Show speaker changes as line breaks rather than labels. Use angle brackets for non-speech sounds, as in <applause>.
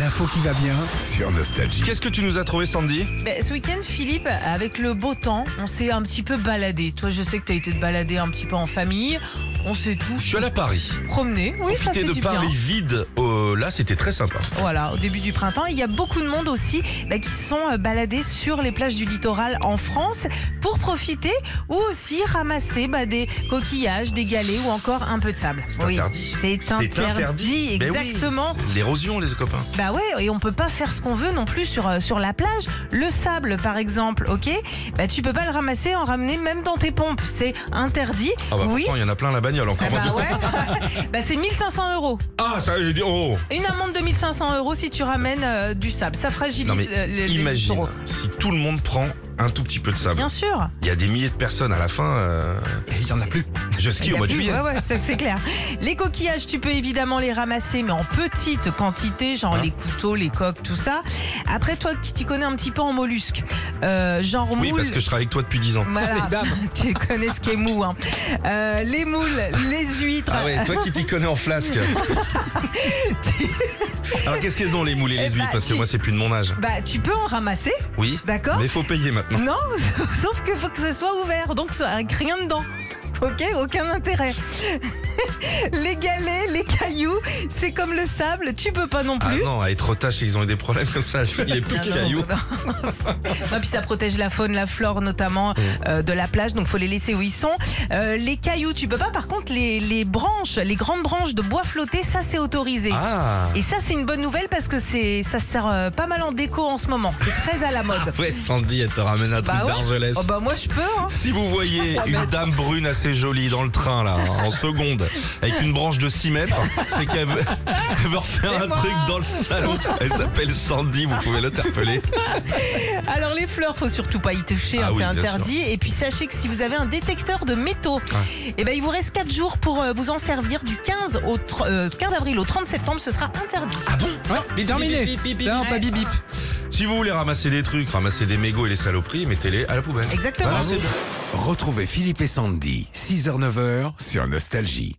L'info qui va bien.
sur Nostalgie.
Qu'est-ce que tu nous as trouvé, Sandy
Ben, ce week-end, Philippe, avec le beau temps, on s'est un petit peu baladé. Toi, je sais que tu as été te balader un petit peu en famille. On s'est
Je
tous
suis allé à Paris.
promenés. Oui, ça
Profiter
fait
de
du
Paris
bien.
vide, euh, là, c'était très sympa.
Voilà, au début du printemps, il y a beaucoup de monde aussi ben, qui se sont euh, baladés sur les plages du littoral en France pour profiter ou aussi ramasser ben, des coquillages, des galets ou encore un peu de sable.
C'est interdit.
C'est interdit,
Ben oui,
exactement.
L'érosion, les copains.
Bah ouais, et on peut pas faire ce qu'on veut non plus sur, euh, sur la plage. Le sable, par exemple, ok Bah tu peux pas le ramasser, en ramener même dans tes pompes. C'est interdit.
Ah bah
oui.
pourtant, il y en a plein à la bagnole
Ah
encore.
bah ouais. <laughs> bah c'est 1500 euros.
Ah, ça oh
Une amende de 1500 euros si tu ramènes euh, du sable. Ça fragilise
Non mais
euh, les, les
imagine
taureaux.
si tout le monde prend un tout petit peu de sable.
Bien sûr.
Il y a des milliers de personnes à la fin. euh,
Eh, Il y en a plus.
Je
Il
skie
y
au
a
mois de
plus-
juillet.
ouais, ouais, c'est c'est clair. Les coquillages, tu peux évidemment les ramasser, mais en petite quantité, genre
Hein
les couteaux, les coques, tout ça. Après, toi qui t'y connais un petit peu en mollusques, euh, genre
Oui,
moule. Bah.
parce que je Ah, travaille avec toi depuis 10 ans. <laughs>
Ah.
Voilà. <laughs> tu connais ce qui est mou. Hein. Euh, les moules, les huîtres.
Ah ouais, toi qui t'y connais en
<laughs>
flasque. Alors qu'est-ce qu'elles ont les moules et les
Eh bah,
huîtres Parce que
tu-
moi c'est plus de mon âge.
Bah, tu peux en ramasser,
Oui.
d'accord
Mais faut payer maintenant.
<laughs> Non, sauf que faut que ce soit ouvert, donc ça- avec rien dedans. Ok, aucun intérêt. <laughs> les galets, les cailloux, c'est comme le sable, tu peux pas non
Ah
plus. Ah
non, à être otage, ils ont eu des problèmes comme ça. Il n'y a plus de
Non, non,
cailloux.
<laughs> non, non. Ouais, puis ça protège la faune, la flore notamment euh, de la plage, donc faut les laisser où ils sont. Euh, les cailloux, tu peux pas. Par contre, les, les branches, les grandes branches de bois flotté, ça c'est autorisé.
Ah
Et ça, c'est une bonne nouvelle parce que c'est, ça sert euh, pas mal en déco en ce moment. C'est très à la mode.
Ouais, Sandy, elle te ramène un Ah, truc
Bah ouais.
d'Argelès.
Oh bah moi, je peux. Hein.
Si vous voyez une dame brune assez jolie dans le train, là, hein, en seconde, avec une branche de 6 mètres, c'est qu'elle veut, <laughs> elle veut refaire un
moi.
truc dans le salon. Elle s'appelle Sandy, vous pouvez l'interpeller.
Alors les fleurs, faut surtout pas y toucher,
Ah
hein,
oui,
c'est
bien
interdit. Et puis sachez que si vous avez un détecteur de métaux, eh ben il vous reste 4 jours pour euh, vous en servir du 15 au tr- euh, 15 avril au 30 septembre, ce sera interdit.
Ah
Ouais, terminé. Non, pas Ah. bip bip.
Si vous voulez ramasser des trucs, ramasser des mégots et les saloperies, mettez-les à la poubelle.
Exactement.
Voilà, c'est bien.
Retrouvez Philippe et Sandy, 6h-9h sur Nostalgie.